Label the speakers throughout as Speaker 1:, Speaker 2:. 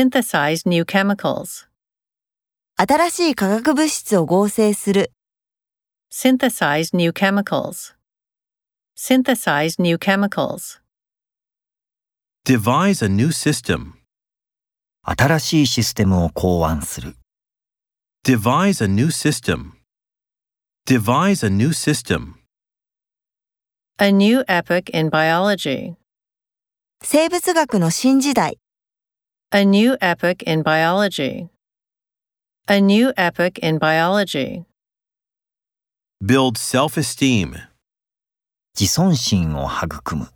Speaker 1: synthesize new chemicals,
Speaker 2: 新しい化学物質を合成する、
Speaker 1: synthesize new chemicals, synthesize new chemicals,
Speaker 3: Devise a new system.
Speaker 4: 新しいシステムを考案する。
Speaker 3: Devise a new system. Devise a new system.
Speaker 1: a new epoch in biology,
Speaker 2: 生物学の新時代、
Speaker 1: a new epoch in biology, a new epoch in biology,
Speaker 3: Build self esteem.
Speaker 4: 自尊心を育む。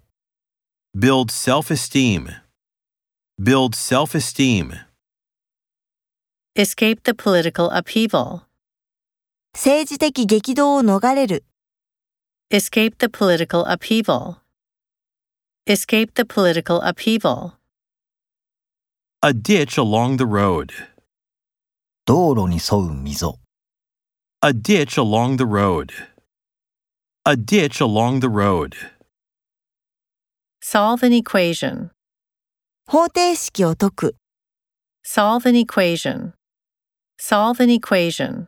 Speaker 3: Build self esteem. Build self esteem.
Speaker 1: escape the political upheaval,
Speaker 2: 政治的激動を逃れる、
Speaker 1: escape the political upheaval, escape the political upheaval,
Speaker 3: A ditch along the road.
Speaker 4: 道路に沿う溝。
Speaker 3: A ditch along the road. A ditch along the road.
Speaker 1: solve an equation.
Speaker 2: 方程式を解く、
Speaker 1: Solve an equation. Solve an equation.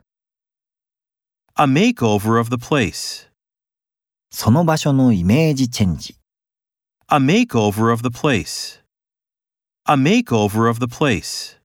Speaker 3: A makeover of the place.
Speaker 4: その場所のイメージチェンジ。
Speaker 3: A makeover of the place. A makeover of the place.